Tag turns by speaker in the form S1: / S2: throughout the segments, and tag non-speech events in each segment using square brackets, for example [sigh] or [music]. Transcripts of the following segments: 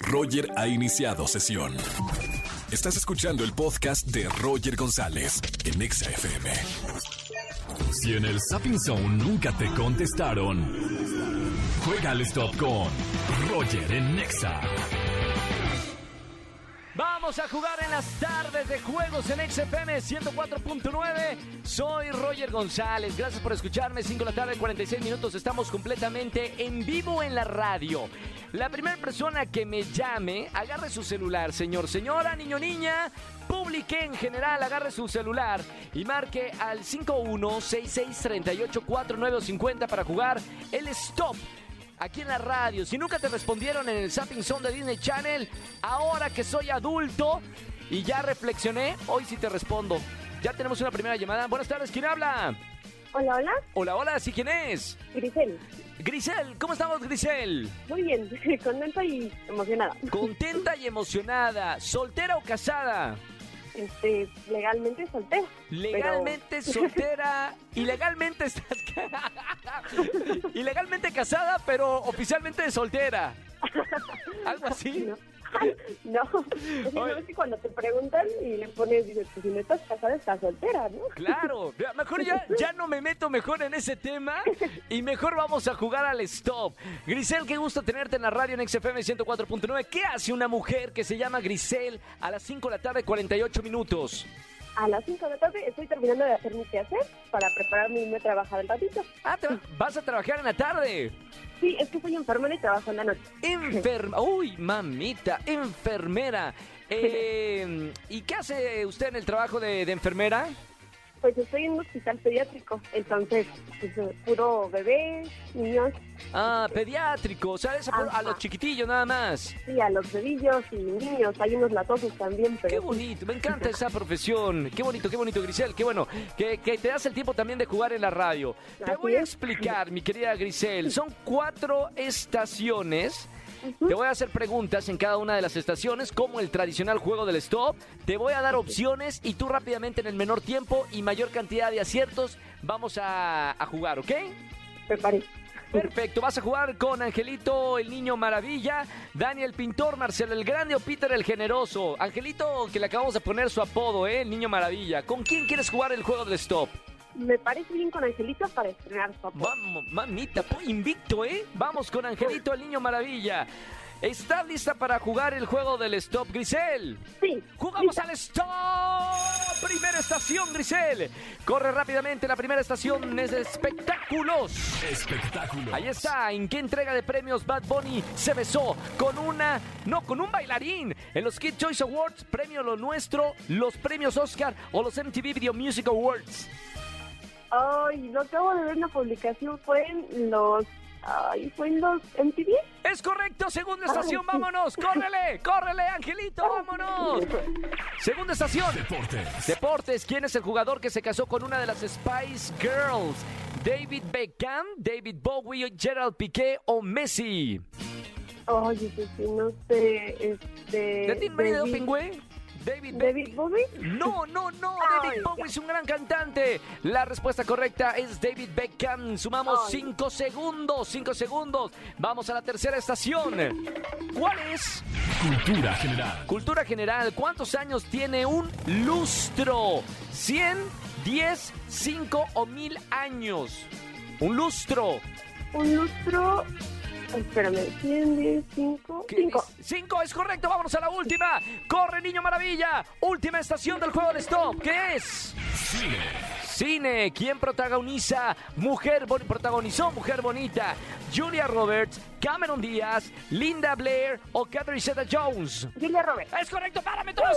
S1: Roger ha iniciado sesión. Estás escuchando el podcast de Roger González en Exa FM. Si en el Sapping Zone nunca te contestaron, juega al stop con Roger en Exa.
S2: Vamos a jugar en las tardes de juegos en XFM 104.9. Soy Roger González. Gracias por escucharme. 5 de la tarde, 46 minutos. Estamos completamente en vivo en la radio. La primera persona que me llame, agarre su celular, señor, señora, niño, niña, publique en general, agarre su celular y marque al 5166384950 para jugar el stop aquí en la radio. Si nunca te respondieron en el Zapping Zone de Disney Channel, ahora que soy adulto y ya reflexioné, hoy sí te respondo. Ya tenemos una primera llamada. Buenas tardes, ¿quién habla?
S3: Hola, hola,
S2: Hola, hola, ¿sí quién es?
S3: Grisel.
S2: Grisel, ¿cómo estamos, Grisel?
S3: Muy bien, [laughs] contenta y emocionada.
S2: Contenta y emocionada, soltera o casada,
S3: Este, legalmente soltera.
S2: legalmente soltera, ilegalmente estás ca- [laughs] ilegalmente casada, pero oficialmente soltera. Algo así.
S3: [laughs] No. No, es que,
S2: Oye.
S3: ¿sabes que cuando te preguntan y le pones, dices, pues si no estás casada, estás soltera, ¿no?
S2: Claro, ya, mejor ya, ya no me meto mejor en ese tema y mejor vamos a jugar al stop. Grisel, qué gusto tenerte en la radio en XFM 104.9. ¿Qué hace una mujer que se llama Grisel a las 5 de la tarde, 48 minutos?
S3: A las 5 de la tarde estoy terminando de hacer mi quehacer para prepararme y irme a trabajar al ratito.
S2: Ah, te va- vas a trabajar en la tarde.
S3: Sí, es que soy enfermera y trabajo en la noche.
S2: Enferma. Uy, mamita, enfermera. Eh, ¿Y qué hace usted en el trabajo de, de enfermera?
S3: Pues estoy en un hospital pediátrico, entonces, pues, eh, puro bebé, niños,
S2: Ah, pediátrico, o sea, es a, pu- a los
S3: Ajá.
S2: chiquitillos nada más.
S3: y a los bebillos y niños, hay unos latosos también, pero... pues,
S2: Qué bonito,
S3: [laughs]
S2: me encanta esa profesión. Qué bonito, qué bonito, Grisel. Qué bueno que, que te das el tiempo también de jugar en la radio. Te
S3: Así
S2: voy a
S3: es.
S2: explicar, mi querida Grisel. Son cuatro estaciones. Te voy a hacer preguntas en cada una de las estaciones, como el tradicional juego del stop. Te voy a dar opciones y tú rápidamente en el menor tiempo y mayor cantidad de aciertos vamos a, a jugar, ¿ok?
S3: Preparé.
S2: Perfecto, vas a jugar con Angelito el Niño Maravilla, Daniel Pintor, Marcelo el Grande o Peter el Generoso. Angelito, que le acabamos de poner su apodo, ¿eh? El Niño Maravilla. ¿Con quién quieres jugar el juego del stop?
S3: Me parece bien con Angelito para estrenar su apodo.
S2: Vamos, mamita, po- invicto, ¿eh? Vamos con Angelito el Niño Maravilla. ¿Estás lista para jugar el juego del stop, Grisel?
S3: Sí.
S2: Jugamos al stop. Primera estación, Grisel. Corre rápidamente, la primera estación es de espectáculos.
S1: Espectáculo.
S2: Ahí está, ¿en qué entrega de premios Bad Bunny se besó con una, no, con un bailarín? En los Kid Choice Awards, premio Lo Nuestro, los premios Oscar o los MTV Video Music Awards.
S3: Ay, lo acabo de ver en la publicación, fue en los... Ay, fue en los MTV.
S2: Es correcto, segunda estación,
S3: Ay.
S2: vámonos, córrele, córrele, Angelito, vámonos. Segunda estación.
S1: Deportes.
S2: Deportes, ¿quién es el jugador que se casó con una de las Spice Girls? David Beckham, David Bowie, Gerald Piqué o Messi.
S3: Ay, pues sí, sí, no sé, este...
S2: ¿De ti marido
S3: David-
S2: pingüe? David Beckham.
S3: David Bowie.
S2: No, no, no,
S3: Ay,
S2: David Bowie
S3: ya.
S2: es un gran cantante. La respuesta correcta es David Beckham. Sumamos
S3: Ay.
S2: 5 segundos, 5 segundos. Vamos a la tercera estación. ¿Cuál es?
S1: Cultura general.
S2: Cultura general. ¿Cuántos años tiene un lustro? ¿100, 10, 5 o 1000 años? Un lustro.
S3: Un lustro... Espérame, 100, 10, 5...
S2: ¿Qué
S3: 5.
S2: dice? Cinco, es correcto. Vámonos a la última. Corre, niño maravilla. Última estación del juego de stop. ¿Qué es?
S1: Cine.
S2: Cine, ¿quién protagoniza? Mujer Boni- protagonizó Mujer Bonita. Julia Roberts, Cameron Díaz, Linda Blair o Catherine Zeta Jones.
S3: Julia Roberts.
S2: Es correcto, párame todo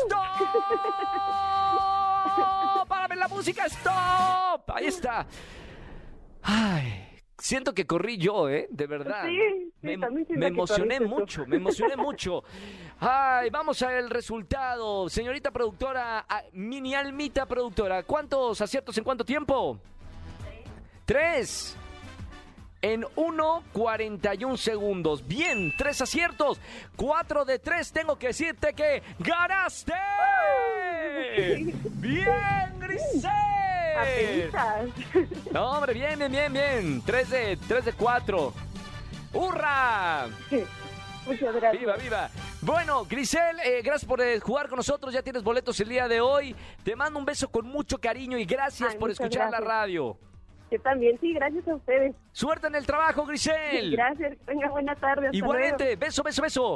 S2: stop. Párame la música, stop.
S3: Mm.
S2: Ahí está. Ay, siento que corrí yo, ¿eh? De verdad.
S3: Sí, sí,
S2: me,
S3: también siento
S2: me
S3: que
S2: emocioné
S3: corriste tú.
S2: mucho, me emocioné
S3: [laughs]
S2: mucho. Ay, vamos al resultado. Señorita productora, a- mini almita productora, ¿cuántos aciertos en cuánto tiempo? Tres. En 1.41 segundos. Bien, tres aciertos. Cuatro de tres. Tengo que decirte que
S3: [laughs]
S2: ganaste. Bien, Grisel.
S3: Apenitas. [laughs]
S2: No, hombre, bien, bien, bien, bien. Tres de, tres de cuatro. ¡Hurra!
S3: Muchas gracias.
S2: ¡Viva, viva! Bueno, Grisel, eh, gracias por eh, jugar con nosotros. Ya tienes boletos el día de hoy. Te mando un beso con mucho cariño y gracias
S3: Ay,
S2: por
S3: muchas
S2: escuchar la
S3: gracias.
S2: radio.
S3: Yo también, sí, gracias a ustedes.
S2: Suerte en el trabajo, Grisel.
S3: Gracias, tenga buena tarde. Hasta
S2: Igualmente,
S3: luego.
S2: beso, beso, beso.